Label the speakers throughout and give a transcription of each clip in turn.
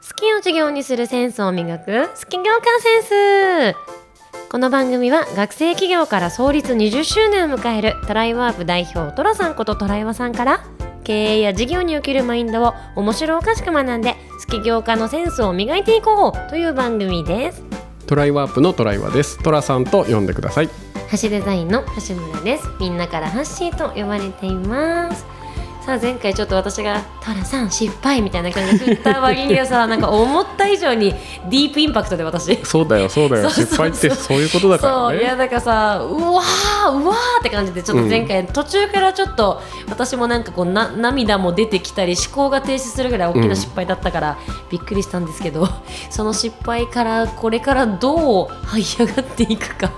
Speaker 1: スキンを授業にするセンスを磨くスキン業界センスこの番組は学生企業から創立20周年を迎えるトライワープ代表トラさんことトライワさんから経営や事業におけるマインドを面白おかしく学んでスキ業界のセンスを磨いていこうという番組です
Speaker 2: トライワープのトライワです。トラさんと呼んでください。
Speaker 1: 橋デザインの橋村ですみんなからハッシーと呼ばれていますさあ前回ちょっと私が「トラさん失敗」みたいな感じで振った割にはさなんか思った以上にディープインパクトで私
Speaker 2: そうだよ、そうだ
Speaker 1: そう
Speaker 2: よ。
Speaker 1: そう
Speaker 2: 失敗ってそういうことだか
Speaker 1: そうい
Speaker 2: ら
Speaker 1: や
Speaker 2: ね。
Speaker 1: だからさうわーうわーって感じでちょっと前回、途中からちょっと私もなんかこうな涙も出てきたり思考が停止するぐらい大きな失敗だったから、びっくりしたんですけど その失敗からこれからどう這い上がっていくか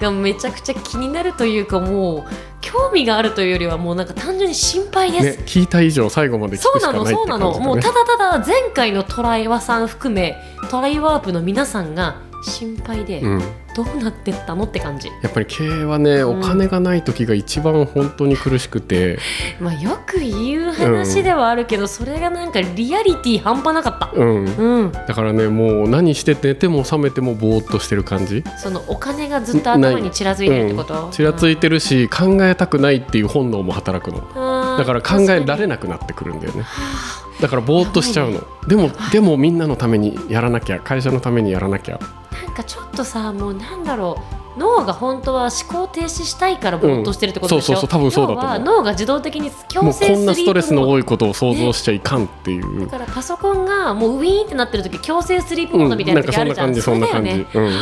Speaker 1: がめちゃくちゃ気になるというかもう興味があるというよりはもうなんか単純に心配です。
Speaker 2: ね、聞いた以上最後まで聞
Speaker 1: そ
Speaker 2: く
Speaker 1: う
Speaker 2: しか
Speaker 1: な
Speaker 2: ない
Speaker 1: の、
Speaker 2: って
Speaker 1: そうな
Speaker 2: 感
Speaker 1: の、
Speaker 2: じ
Speaker 1: も
Speaker 2: だ
Speaker 1: う
Speaker 2: ね
Speaker 1: た。だただ前回のトライワさん含めトライワープの皆さんが心配で、
Speaker 2: うん、
Speaker 1: どうなってったのって感じ
Speaker 2: やっぱり経営はね、お金がない時が一番本当に苦しくて、
Speaker 1: まあよく言う話ではあるけど、それがなんかリアリティ半端なかった
Speaker 2: うん、
Speaker 1: うん
Speaker 2: だからね、もう何してて寝ても覚めてもぼーっとしてる感じ。
Speaker 1: そのお金がずっと頭にちらついてるってこと、
Speaker 2: うんちらついてるし、考えたくないっていう本能も働くの。だ
Speaker 1: だ
Speaker 2: から考えられなくなってくるんだよね。だからぼーっとしちゃうの。でも、でもみんなのためにやらなきゃ、会社のためにやらなきゃ。
Speaker 1: なんかちょっとさもうなんだろう脳が本当は思考停止したいからぼーっとしてるってことでしょ、
Speaker 2: うんそうそうそう多分そうだと思う
Speaker 1: 要は脳が自動的に強
Speaker 2: もう
Speaker 1: 制
Speaker 2: こんなストレスの
Speaker 1: い
Speaker 2: 多いことを想像しちゃいかんっていう、
Speaker 1: だからパソコンがもうウィーンってなってる時強制スリープ
Speaker 2: う
Speaker 1: モー
Speaker 2: ん、
Speaker 1: ドみたい
Speaker 2: な
Speaker 1: なん時
Speaker 2: かそ
Speaker 1: あ
Speaker 2: ん
Speaker 1: る
Speaker 2: な
Speaker 1: じゃん、
Speaker 2: 感じそんな感じ、
Speaker 1: そうだよね
Speaker 2: うん、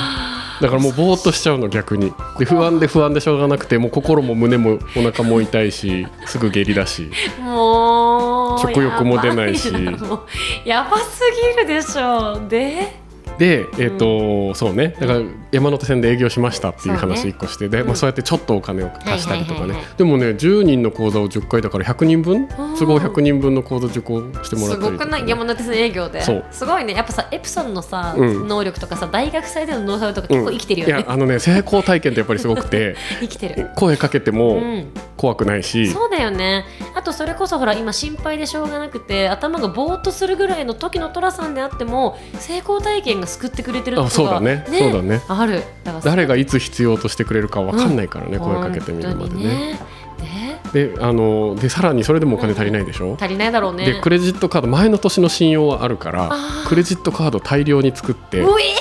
Speaker 2: だからもうぼーっとしちゃうの逆にで不安で不安でしょうがなくてもう心も胸もお腹も痛 いしすぐ下痢だし
Speaker 1: もう
Speaker 2: 食欲も出ないし
Speaker 1: やばだろやばすぎるでしょで
Speaker 2: でえっ、と、そうねだから山手線で営業しましたっていう
Speaker 1: そう
Speaker 2: 話
Speaker 1: ね
Speaker 2: 一個してで、まあ、そうやってちょっとお金を貸したりと
Speaker 1: はい
Speaker 2: か
Speaker 1: はい
Speaker 2: ね
Speaker 1: はいは
Speaker 2: でもね10人の講座を10回だから100人分
Speaker 1: ー
Speaker 2: 都合100人分の講座受講しても
Speaker 1: す
Speaker 2: らった
Speaker 1: ごく
Speaker 2: りとか、
Speaker 1: ない山手線営業で
Speaker 2: そう
Speaker 1: すごいねやっぱさエプソンのさ、
Speaker 2: うん
Speaker 1: 能力とかさ大学祭でのノウハウとか
Speaker 2: うん
Speaker 1: 結構生きてる
Speaker 2: い
Speaker 1: よね
Speaker 2: や、あのね成功体験ってやっぱりすご くて
Speaker 1: 生きてる、
Speaker 2: 声かけて
Speaker 1: う
Speaker 2: も
Speaker 1: ん、
Speaker 2: 怖くないし、
Speaker 1: そうだよねあとそれこそほら今心配でしょうがなくて頭がぼーっとするぐらいの時の寅さんであっても成功体験が救ってくれてるって
Speaker 2: あ
Speaker 1: こと
Speaker 2: そう
Speaker 1: が
Speaker 2: だねそうだね
Speaker 1: あるだから
Speaker 2: 誰がいつ必要としてくれるかわかんないからね、声かけてみるま
Speaker 1: 本
Speaker 2: で
Speaker 1: 当に
Speaker 2: ね。
Speaker 1: ねね
Speaker 2: であのでさらにそれでもお金足りないでしょ、
Speaker 1: 足りないだろうね
Speaker 2: でクレジットカード前の年の信用はあるから
Speaker 1: あー
Speaker 2: クレジットカード大量に作って
Speaker 1: うえ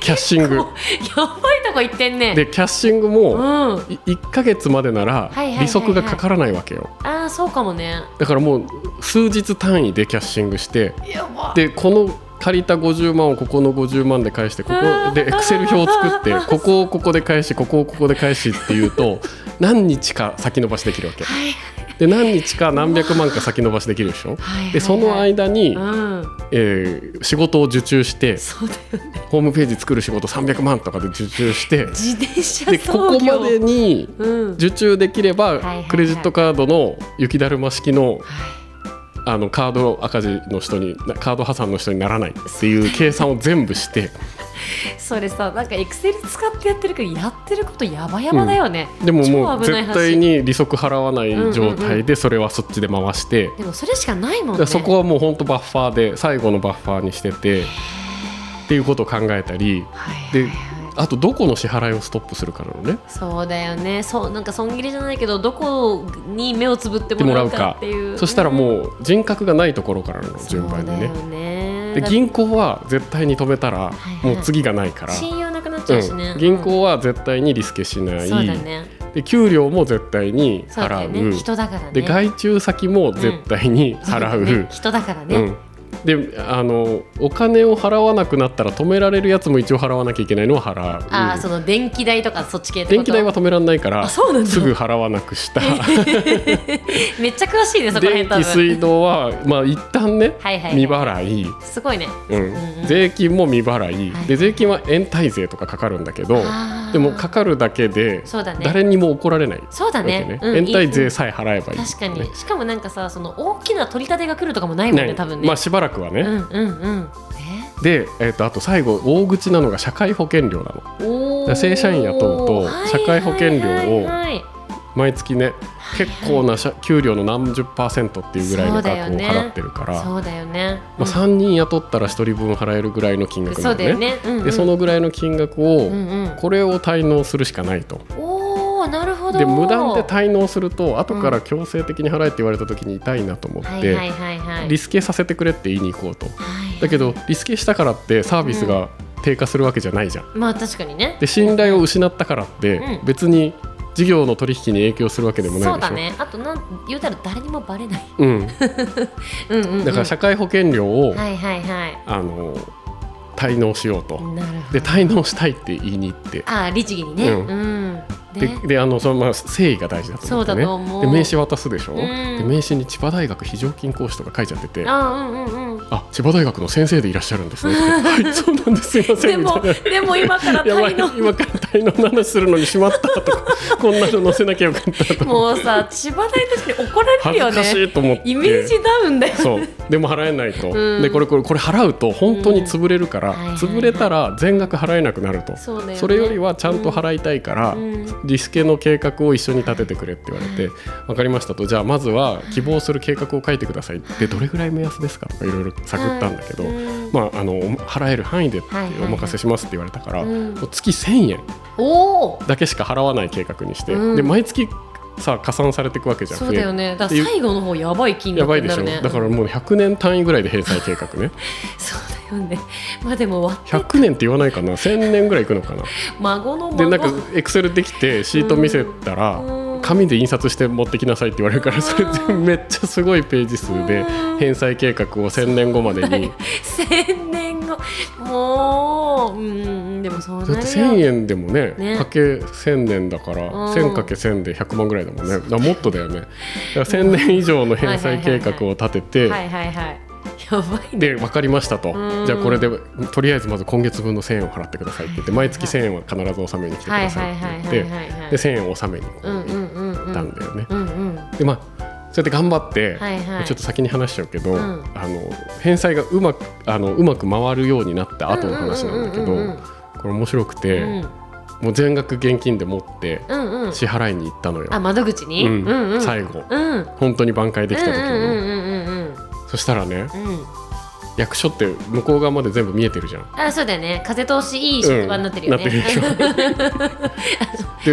Speaker 2: キャッシング
Speaker 1: もうやばいとこ行ってんね。
Speaker 2: でキャッシング
Speaker 1: うん。
Speaker 2: も
Speaker 1: あ
Speaker 2: い1ヶ月までなら
Speaker 1: いはいはいはい
Speaker 2: 利息がかからないわけよ、
Speaker 1: あ、そうかもね。
Speaker 2: だからもう数日単位でキャッシングして
Speaker 1: やば。
Speaker 2: でこの借りた50万をここの50万で返してここでエクセル表を作 ってここをここで返しここをここで返しっていうと何日か先延ばしできるわけ
Speaker 1: はい。
Speaker 2: で何日か何百万か先延ばしできるでしょ
Speaker 1: はいはい
Speaker 2: でその間に、
Speaker 1: うん。
Speaker 2: えー仕事を受注して
Speaker 1: そうだよね。
Speaker 2: ホームページ作る仕事300万とかで受 注して
Speaker 1: 自転車
Speaker 2: で
Speaker 1: 操
Speaker 2: ここ
Speaker 1: 業。
Speaker 2: までに
Speaker 1: うん。
Speaker 2: 受注できれ
Speaker 1: いはいは
Speaker 2: ば
Speaker 1: い
Speaker 2: クレジットカードの雪だるま式の
Speaker 1: は
Speaker 2: あのカード赤字の人になカード破産の人にならないっていう計算を全部して
Speaker 1: い。それさ、なんかエクセル使ってやってるけど、やってることやばやばだよね。
Speaker 2: でももう
Speaker 1: 超危ない
Speaker 2: 絶
Speaker 1: 話
Speaker 2: 対に利息払わない状態でそれはそっちで回して
Speaker 1: でもそれしかないもん
Speaker 2: だから
Speaker 1: ね。
Speaker 2: そこはもう本当バッファーで最後のバッファーにしててっていうことを考えたり
Speaker 1: はいはい
Speaker 2: で
Speaker 1: はい。
Speaker 2: あとどこの支払いをストップするかなのね
Speaker 1: そうだよね。そうなんか損切りじゃないけど、どこに目をつぶって
Speaker 2: で
Speaker 1: も
Speaker 2: もら
Speaker 1: らう
Speaker 2: う
Speaker 1: か
Speaker 2: か
Speaker 1: っていう。
Speaker 2: そしたら
Speaker 1: うん
Speaker 2: もう人格がないところからの順番に
Speaker 1: そうだ
Speaker 2: ね
Speaker 1: よね。
Speaker 2: で銀行は絶対に止めたら
Speaker 1: はい
Speaker 2: もう次がないから。
Speaker 1: 信用なくなっちゃうしね。
Speaker 2: うん、銀行は絶対にリスケしな
Speaker 1: うん
Speaker 2: い、
Speaker 1: そうだね。
Speaker 2: で給料も絶対に
Speaker 1: そうだ
Speaker 2: 払
Speaker 1: よ
Speaker 2: う
Speaker 1: ね。人だからね。
Speaker 2: で外注先も絶対に払う、
Speaker 1: そうだね人だからね。
Speaker 2: うん、であのお金を払わなくなったら止められるやつも一応払わなきゃいけないのは払う
Speaker 1: ああ、その電気代とかそっち系ってこと
Speaker 2: 電気代は止められないから
Speaker 1: あそうなんだ
Speaker 2: すぐ払わなくした
Speaker 1: めっちゃ詳しいねそこら辺
Speaker 2: 電
Speaker 1: 多分。
Speaker 2: 気水道は、まあ、一旦ね
Speaker 1: はいはいはい
Speaker 2: 未払い、
Speaker 1: すごいね。
Speaker 2: うん
Speaker 1: んうん
Speaker 2: 税金も未払い、
Speaker 1: はい
Speaker 2: で税金は延滞税とかかかるんだけど
Speaker 1: あー
Speaker 2: でもかかるだけで
Speaker 1: そうだね
Speaker 2: 誰にも怒られない
Speaker 1: そうだね
Speaker 2: わけ。
Speaker 1: うん
Speaker 2: 延滞税さえ払えばいい、
Speaker 1: 確か
Speaker 2: ね
Speaker 1: に。しかもなんかさその大きな取り立てが来るとかもないもん
Speaker 2: ね
Speaker 1: ね多分ね。
Speaker 2: まあしばらくはね、
Speaker 1: うんうんうん。え
Speaker 2: で、えー、とあと最後大口なのが社会保険料な
Speaker 1: お
Speaker 2: のだから正社員雇うと社会保険料を
Speaker 1: はいはいはいはい
Speaker 2: 毎月ね結構な社給料の何十パーセントっていうぐらいの額を払ってるから、
Speaker 1: そうだよね。
Speaker 2: まあ、3人雇ったら1人分払えるぐらいの金額
Speaker 1: そ
Speaker 2: な
Speaker 1: うんだよ
Speaker 2: で,、ね
Speaker 1: ね。うんうん
Speaker 2: でそのぐらいの金額を、
Speaker 1: うんうん
Speaker 2: これを滞納するしかないと。
Speaker 1: おお、なるほど。
Speaker 2: で無断で滞納すると後から強制的に払えって言われた時に痛いなと思
Speaker 1: は
Speaker 2: っ
Speaker 1: いは
Speaker 2: て
Speaker 1: いはいはい。
Speaker 2: リスケさせてくれって言いに行こうと
Speaker 1: はい
Speaker 2: だけどリスケしたからってサービスが低下するわけじゃないじゃん
Speaker 1: まあ確かにね。
Speaker 2: で信頼を失ったからって
Speaker 1: うん
Speaker 2: 別に事業の取引に影響するわけでもな
Speaker 1: そ
Speaker 2: いうでし
Speaker 1: だ
Speaker 2: ょ
Speaker 1: ね。あとなん言うたら誰にもバレない。
Speaker 2: うん
Speaker 1: うんうんうん。
Speaker 2: だから社会保険料を
Speaker 1: はいはいはい。
Speaker 2: あの滞納しようと
Speaker 1: なるほ
Speaker 2: で
Speaker 1: ど。
Speaker 2: 滞納したいって言いに行って
Speaker 1: あー、律儀にね。
Speaker 2: うん
Speaker 1: うん。
Speaker 2: で
Speaker 1: で、
Speaker 2: であのそのまあ誠意が大事だと思って
Speaker 1: そうだ
Speaker 2: ね
Speaker 1: と思う
Speaker 2: で名刺渡すでしょ
Speaker 1: うん
Speaker 2: で名刺に千葉大学非常勤講師とか書いちゃってて
Speaker 1: あー、うんうん うん。
Speaker 2: あ千葉大学の先生でいらっしゃるんですね。はい、そうなんです。すいませ
Speaker 1: で
Speaker 2: ん。みた
Speaker 1: も、
Speaker 2: いな。
Speaker 1: でも今から
Speaker 2: やばい
Speaker 1: 滞納。
Speaker 2: 今から滞納の話するのにしまったとかこんなの載せなきゃよかったとか
Speaker 1: もうさ、千葉大確かに怒られる
Speaker 2: 恥
Speaker 1: よ
Speaker 2: ずかし
Speaker 1: ね。
Speaker 2: いと思って
Speaker 1: イメージダウンだよ。
Speaker 2: そうでも払えないと、
Speaker 1: うん
Speaker 2: でこれこれこれ払うと本当に潰れるから、
Speaker 1: うんはいはいはい
Speaker 2: 潰れたら全額払えなくなると
Speaker 1: そうだよね
Speaker 2: れよりはちゃんと払いたいから、
Speaker 1: うん
Speaker 2: リスケの計画を一緒に立ててくれって言われて、分かりましたとじゃあまずは希望する計画を書いてくださいでどれぐらい目安ですかとかいろいろ探ったんだけど、
Speaker 1: うん
Speaker 2: まあ、あのお払える範囲でって
Speaker 1: はいはいはい
Speaker 2: お任せしますって言われたから、
Speaker 1: うん
Speaker 2: もう月1000円
Speaker 1: おお。
Speaker 2: だけしか払わない計画にして、
Speaker 1: うん
Speaker 2: で毎月さ加算されていくわけじゃん
Speaker 1: そうだよね。だから最後の方やばい金
Speaker 2: やば
Speaker 1: 額に
Speaker 2: いで
Speaker 1: な
Speaker 2: しょ
Speaker 1: るね。
Speaker 2: だからもう100年単位ぐらいで返済計画ね
Speaker 1: そうだよね。まあでも割って
Speaker 2: 100年って言わないかな1000年ぐらいいくのかな
Speaker 1: 孫の孫
Speaker 2: でなんかエクセルできてシート見せたら、
Speaker 1: うん
Speaker 2: 紙で印刷して持ってきなさいって言われるからそれでめっちゃすごいページ数で
Speaker 1: うん
Speaker 2: 返済計画を1000年後 までに
Speaker 1: 千年後もううんでもそうなる
Speaker 2: だっ
Speaker 1: よ
Speaker 2: て1000円でもね
Speaker 1: ね
Speaker 2: かけ1000年だから、
Speaker 1: うん
Speaker 2: 1000かけ1000で100万ぐらいだもんねだからもっとだよねだから1000年以上の返済計画を立てて、
Speaker 1: はいはいはいやばいね
Speaker 2: で分かりましたと、
Speaker 1: うん
Speaker 2: じゃあこれでとりあえずまず今月分の1000円を払ってくださいって言って毎月1000円は必ず納めに来てく
Speaker 1: はい
Speaker 2: だ
Speaker 1: は
Speaker 2: さい
Speaker 1: い
Speaker 2: って
Speaker 1: はい
Speaker 2: 言っ
Speaker 1: は
Speaker 2: て
Speaker 1: いはいはい
Speaker 2: で1000円を納めにこう
Speaker 1: うんうん
Speaker 2: 行
Speaker 1: うんうん
Speaker 2: ったんだよね。
Speaker 1: うんうん
Speaker 2: でまあそうやって頑張って、
Speaker 1: はいはい
Speaker 2: ちょっと先に話しちゃうけど、
Speaker 1: うん
Speaker 2: あの返済がうまくあのうまく回るようになった後の話なんだけ
Speaker 1: う
Speaker 2: ど
Speaker 1: んうんうんうんうん
Speaker 2: これ面白くて。
Speaker 1: うん
Speaker 2: もう全額現金で持って
Speaker 1: うんうん
Speaker 2: 支払いに行ったのよ、
Speaker 1: あ窓口に
Speaker 2: う
Speaker 1: うん
Speaker 2: ん
Speaker 1: うんうん
Speaker 2: 最後
Speaker 1: うん
Speaker 2: 本当に挽回できた時に、
Speaker 1: うんうんうんうんうん
Speaker 2: そしたらね
Speaker 1: うんうん
Speaker 2: 役所って向こう側まで全部見えてるじゃん。
Speaker 1: あそうだよね風通しいい職場になってるよね、
Speaker 2: うんなってるでし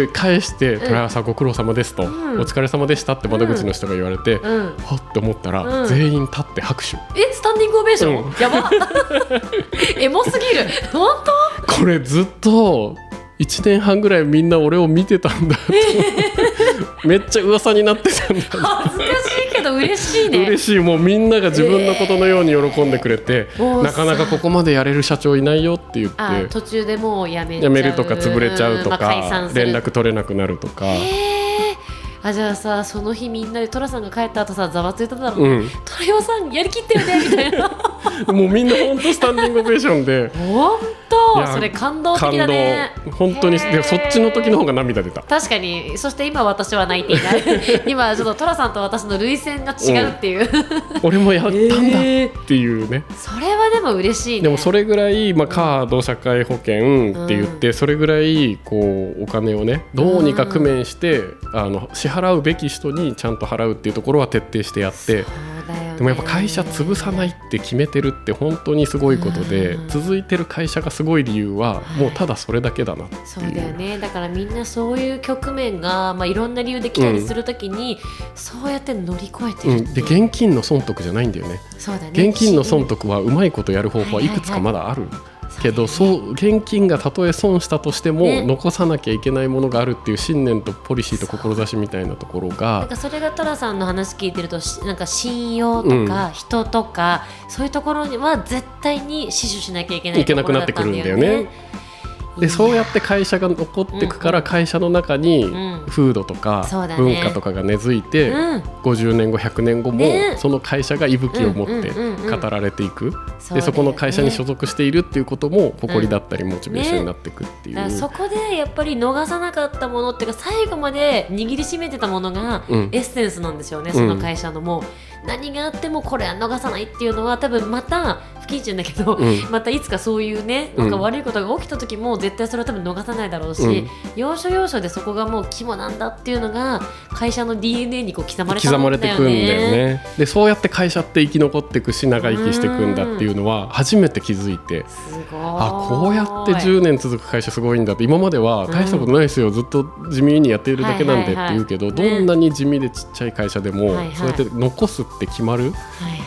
Speaker 2: ょで返して「
Speaker 1: ん
Speaker 2: トラさんご苦労様です」と「
Speaker 1: ん
Speaker 2: お疲れ様でした」って窓口の人が言われて、
Speaker 1: うん
Speaker 2: はっと思ったら、
Speaker 1: うん
Speaker 2: 全員立って拍手
Speaker 1: えスタンディングオベーション、
Speaker 2: う
Speaker 1: やば エモすぎる本当
Speaker 2: これずっと1年半ぐらいみんな俺を見てたんだと思 ってめっちゃ噂になってたんだ
Speaker 1: 恥ずかしいけど嬉しいね
Speaker 2: 嬉しいもうみんなが自分のことのように喜んでくれて、
Speaker 1: えー
Speaker 2: なかなかここまでやれる社長いないよって言っ
Speaker 1: あ
Speaker 2: て
Speaker 1: 途中でもうやめちゃ
Speaker 2: 辞
Speaker 1: う
Speaker 2: めるとか潰れちゃうとか、
Speaker 1: まあ解散する
Speaker 2: 連絡取れなくなるとか、
Speaker 1: えー、あじゃあさその日みんなで寅さんが帰った後さざわついただろう、
Speaker 2: うん
Speaker 1: トラヨさんやりきってるねみたい な
Speaker 2: もうみんな本当スタンディングオベーションで
Speaker 1: 本
Speaker 2: い
Speaker 1: 当
Speaker 2: や
Speaker 1: それ感動的だね
Speaker 2: 感動本当に
Speaker 1: へー
Speaker 2: でそっちの時の方が涙出た
Speaker 1: 確かにそして今私は泣いていない 今ちょっと寅さんと私の涙腺が違うっていう、
Speaker 2: 俺もやったんだっ
Speaker 1: えー
Speaker 2: ていうね、
Speaker 1: それはでも嬉しいね
Speaker 2: でもそれぐらい、まあ、カード社会保険って言って、それぐらいこうお金をねどうにか工面して、あの支払うべき人にちゃんと払うっていうところは徹底してやって。
Speaker 1: そうだよね
Speaker 2: でもやっぱ会社潰さないって決めてるって本当にすごいことで
Speaker 1: うん
Speaker 2: 続いてる会社がすごい理由はもうただそれだけだなって
Speaker 1: そうだよ
Speaker 2: いう。
Speaker 1: ねだからみんなそういう局面が、まあ、いろんな理由で来たりするときに、そうやって乗り越えて
Speaker 2: う
Speaker 1: る
Speaker 2: ん、で現金の損得じゃないんだよね
Speaker 1: そうだね
Speaker 2: 現金の損得はうまいことやる方法はいくつかまだあるけどそう現金がたとえ損したとしても
Speaker 1: ね
Speaker 2: 残さなきゃいけないものがあるっていう信念とポリシーと志みたいなところ
Speaker 1: なん
Speaker 2: が
Speaker 1: かそれが寅さんの話聞いてるとしなんか信用とか人とか、そういうところには絶対に死守しなきゃいけない
Speaker 2: いけなくなってくるんだよね。でそうやって会社が残ってくから会社の中に
Speaker 1: ん
Speaker 2: 風土とか
Speaker 1: そうだね
Speaker 2: 文化とかが根付いて
Speaker 1: うん
Speaker 2: 50年後100年後も
Speaker 1: ね
Speaker 2: その会社が息吹を持って
Speaker 1: うんうんうんうん
Speaker 2: 語られていく
Speaker 1: そうだよ
Speaker 2: で
Speaker 1: ね
Speaker 2: そこの会社に所属しているっていうことも誇りだったりモチベーションになっていくってい
Speaker 1: だからそうこでやっぱり逃さなかったものっていうか最後まで握りしめてたものが
Speaker 2: うん
Speaker 1: エッセンスなんですよね、その会社のもう何があってもこれは逃さないっていうのは多分また不謹慎だけど、
Speaker 2: うん
Speaker 1: またいつかそういうねなんか悪いことが起きた時も絶対それは多分逃さないだろうし、
Speaker 2: うん
Speaker 1: 要所要所でそこがもう肝なんだっていうのが会社の DNA にこう刻まれた
Speaker 2: 刻
Speaker 1: も
Speaker 2: ま
Speaker 1: ん
Speaker 2: れ
Speaker 1: だ
Speaker 2: て
Speaker 1: よ
Speaker 2: くんだよ
Speaker 1: ね。
Speaker 2: ねでそうやって会社って生き残っていくし長生きしていくんだっていうのは初めて気づいて
Speaker 1: すごい
Speaker 2: あこうやって10年続く会社すごいんだって今までは
Speaker 1: うん
Speaker 2: 大したことないですよ、ずっと地味にやっているだけなんでって
Speaker 1: はいはいはい
Speaker 2: 言うけど、
Speaker 1: ね
Speaker 2: どんなに地味でちっちゃい会社でも、
Speaker 1: はいはい
Speaker 2: そうやって残すって決まる
Speaker 1: はいはいはい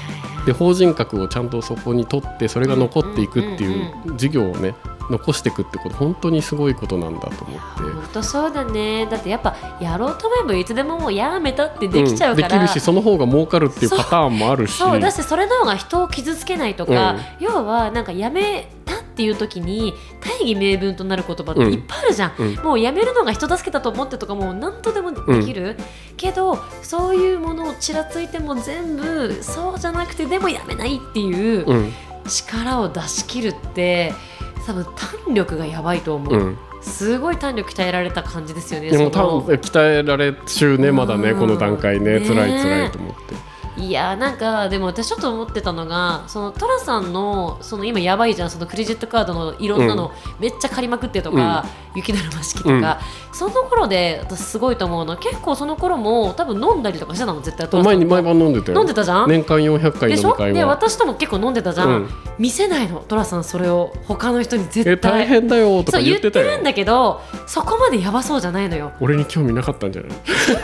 Speaker 2: で法人格をちゃんとそこに取ってそれが残っていくっていう事業をね残していくってこと本当にすごいことなんだと思って。
Speaker 1: 本当そうだねだってやっぱやろうと思えばいつでももうやめたってできちゃうから、
Speaker 2: んできるしその方が儲かるっていうパターンもあるし
Speaker 1: そうだしそれの方が人を傷つけないとか、要はなんかやめたっていう時に大義名分となる言葉っていっぱいあるじゃん、
Speaker 2: うん
Speaker 1: もうやめるのが人助けだと思ってとかもう何とでもできる、けどそういうものをちらついても全部そうじゃなくてでもやめないっていう
Speaker 2: うん
Speaker 1: 力を出し切るって多分胆力がやばいと思う、
Speaker 2: うん、
Speaker 1: すごい胆力鍛えられた感じですよね
Speaker 2: でも
Speaker 1: その
Speaker 2: 多分鍛えられ中ねまだね
Speaker 1: うん
Speaker 2: この段階ね
Speaker 1: ね
Speaker 2: 辛い辛いと思って
Speaker 1: いやーなんかでも私ちょっと思ってたのがそのトラさんのその今やばいじゃんそのクレジットカードのいろんなのめっちゃ借りまくってとか、雪だるま式とか、その頃で私すごいと思うの結構その頃も多分飲んだりとかしてたの絶対トラさん
Speaker 2: 前
Speaker 1: と
Speaker 2: に毎晩飲んでたよ
Speaker 1: 飲んでたじゃん、
Speaker 2: 年間400回
Speaker 1: でし
Speaker 2: 飲み
Speaker 1: ょ
Speaker 2: 会
Speaker 1: で
Speaker 2: は
Speaker 1: 私とも結構飲んでたじゃん、
Speaker 2: うん
Speaker 1: 見せないのトラさんそれを他の人に
Speaker 2: え
Speaker 1: 絶
Speaker 2: 大
Speaker 1: 対
Speaker 2: 変だよと
Speaker 1: そ
Speaker 2: か
Speaker 1: う
Speaker 2: 言
Speaker 1: 言
Speaker 2: っ
Speaker 1: ってて
Speaker 2: たよ
Speaker 1: るんだけどそこまでやばそうじゃないのよ
Speaker 2: 俺に興味なかったんじゃない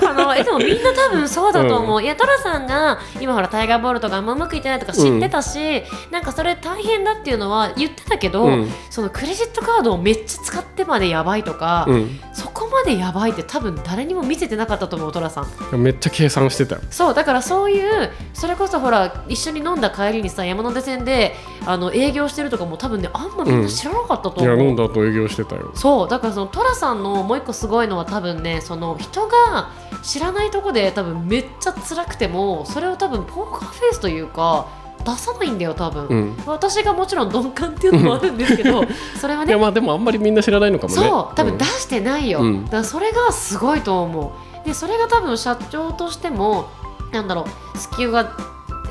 Speaker 1: あのえでもみんな多分そうだと思う、いやトラさんが今ほらタイガーボールとかあんまうまくいってないとか知ってたし、なんかそれ大変だっていうのは言ってたけど、
Speaker 2: うん
Speaker 1: そのクレジットカードをめっちゃ使ってまでやばいとか、
Speaker 2: う
Speaker 1: そこまでやばいって多分誰にも見せてなかったと思うトラさん
Speaker 2: んめっちゃ計算してたよ
Speaker 1: そうだからそういうそれこそほら一緒に飲んだ帰りにさ山手線であの営業してるとかも多分ねあんまみんな知らなかったと思
Speaker 2: いや
Speaker 1: う、
Speaker 2: 飲んだ後営業してたよ
Speaker 1: そうだからそのトラさんのもう一個すごいのは多分ねその人が知らないとこで多分めっちゃ辛くてもそれを多分ポーカーフェイスというか出さないんだよ多分、
Speaker 2: うん
Speaker 1: 私がもちろん鈍感っていうのもあるんですけどそれはい
Speaker 2: や
Speaker 1: ね
Speaker 2: まあでもあんまりみんな知らないのかもね
Speaker 1: そう多分出
Speaker 2: ん
Speaker 1: してないよ、
Speaker 2: うん
Speaker 1: だからそれがすごいと思うでそれが多分社長としてもなんだろうスキルが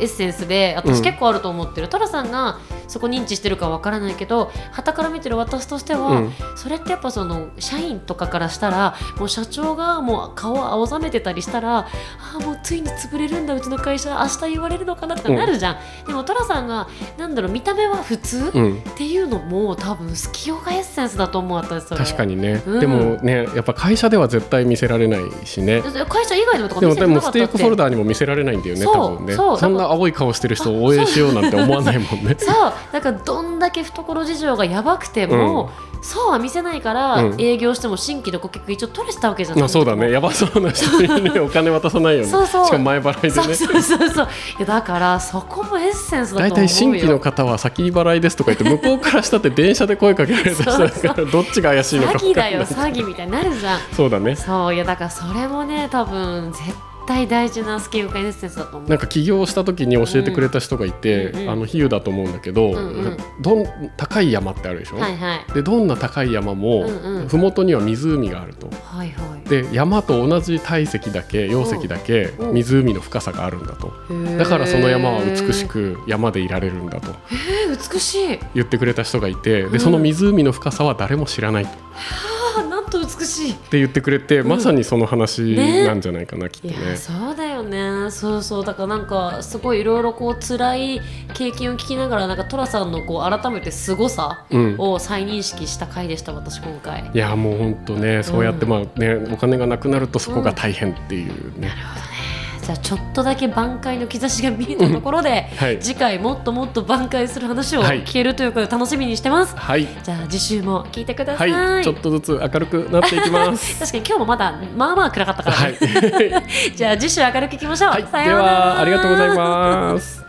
Speaker 1: エッセンスで
Speaker 2: う
Speaker 1: 私
Speaker 2: ん
Speaker 1: 結構あると思ってる、トラさんがそこ認知してるかわからないけど傍から見てる私としては、
Speaker 2: うん
Speaker 1: それってやっぱその社員とかからしたらもう社長がもう顔を青ざめてたりしたらああもうついに潰れるんだうちの会社明日言われるのかなとかなるじゃん、でも寅さんがなんだろう見た目は普通、っ
Speaker 2: うん
Speaker 1: ていうのも多分スキヨガエッセンスだと思う私それ
Speaker 2: 確かにね、
Speaker 1: うん
Speaker 2: でもねやっぱ会社では絶対見せられないしね
Speaker 1: 会社以外のとか
Speaker 2: で
Speaker 1: 見せ
Speaker 2: も
Speaker 1: て
Speaker 2: で
Speaker 1: な
Speaker 2: も
Speaker 1: か
Speaker 2: ス
Speaker 1: った
Speaker 2: テー
Speaker 1: っ
Speaker 2: クホル
Speaker 1: て
Speaker 2: ダーにも見せられないんだよね
Speaker 1: そう
Speaker 2: 多分ね
Speaker 1: そう
Speaker 2: そんな青い顔してる人を応援しようなんて思わないもんね
Speaker 1: そうだからどんだけ懐事情がやばくても、そうは見せないから、
Speaker 2: うん
Speaker 1: 営業しても新規の顧客一応取れてたわけじゃん
Speaker 2: まあそうだねやばそうな人に ねお金渡さないよね
Speaker 1: そうそう
Speaker 2: しかも前払いで
Speaker 1: そう
Speaker 2: ね
Speaker 1: そうそうそういやだからそこもエッセンスだと思う
Speaker 2: 大
Speaker 1: よ
Speaker 2: 体新規の方は先払いですとか言って向こうからしたって電車で声かけられた人だからどっちが怪しいのか
Speaker 1: 詐
Speaker 2: 分
Speaker 1: 欺
Speaker 2: か
Speaker 1: だ
Speaker 2: んな
Speaker 1: よ
Speaker 2: い
Speaker 1: 詐欺みたいになるじゃん
Speaker 2: そうだね
Speaker 1: そういやだからそれもね多分絶対大事なスキルかエッセンスだと思う
Speaker 2: なんか起業した時に教えてくれた人がいて、
Speaker 1: うんうん
Speaker 2: あの比喩だと思うんだけど、
Speaker 1: うんうん
Speaker 2: なんかどん高い山ってあるでしょ、
Speaker 1: はいはい
Speaker 2: でどんな高い山も
Speaker 1: うんうん
Speaker 2: 麓には湖があると。
Speaker 1: はいはい
Speaker 2: で山と同じ体積だけ容積だけ
Speaker 1: うん
Speaker 2: 湖の深さがあるんだとだからその山は美しく山でいられるんだと
Speaker 1: へーへー美しい
Speaker 2: 言ってくれた人がいて
Speaker 1: う
Speaker 2: で
Speaker 1: ん
Speaker 2: その湖の深さは誰も知らないとっ
Speaker 1: あーなんと美しい
Speaker 2: て言ってくれてまさにその話なんじゃないかなきっと
Speaker 1: い
Speaker 2: ね
Speaker 1: や。そうだよねそうそうだからなんかすごいいろいろこう辛い経験を聞きながらなんか寅さんのこう改めて凄さ
Speaker 2: うん
Speaker 1: を再認識した回でした私今回、
Speaker 2: いやもう本当ねそうやって
Speaker 1: うん
Speaker 2: まあねお金がなくなるとそこが大変っていうね。
Speaker 1: じゃあちょっとだけ挽回の兆しが見えたところで、
Speaker 2: はい
Speaker 1: 次回もっともっと挽回する話を
Speaker 2: はい
Speaker 1: 聞けるということで楽しみにしてます、
Speaker 2: はい
Speaker 1: じゃあ次週も聞いてください、
Speaker 2: は いちょっとずつ明るくなっていきます。
Speaker 1: 確かに今日もまだまあまあ 暗かったから
Speaker 2: はい
Speaker 1: ね、じゃあ次週明るくいきましょう、
Speaker 2: はい
Speaker 1: さ
Speaker 2: で
Speaker 1: ようなら
Speaker 2: はありがとうございます。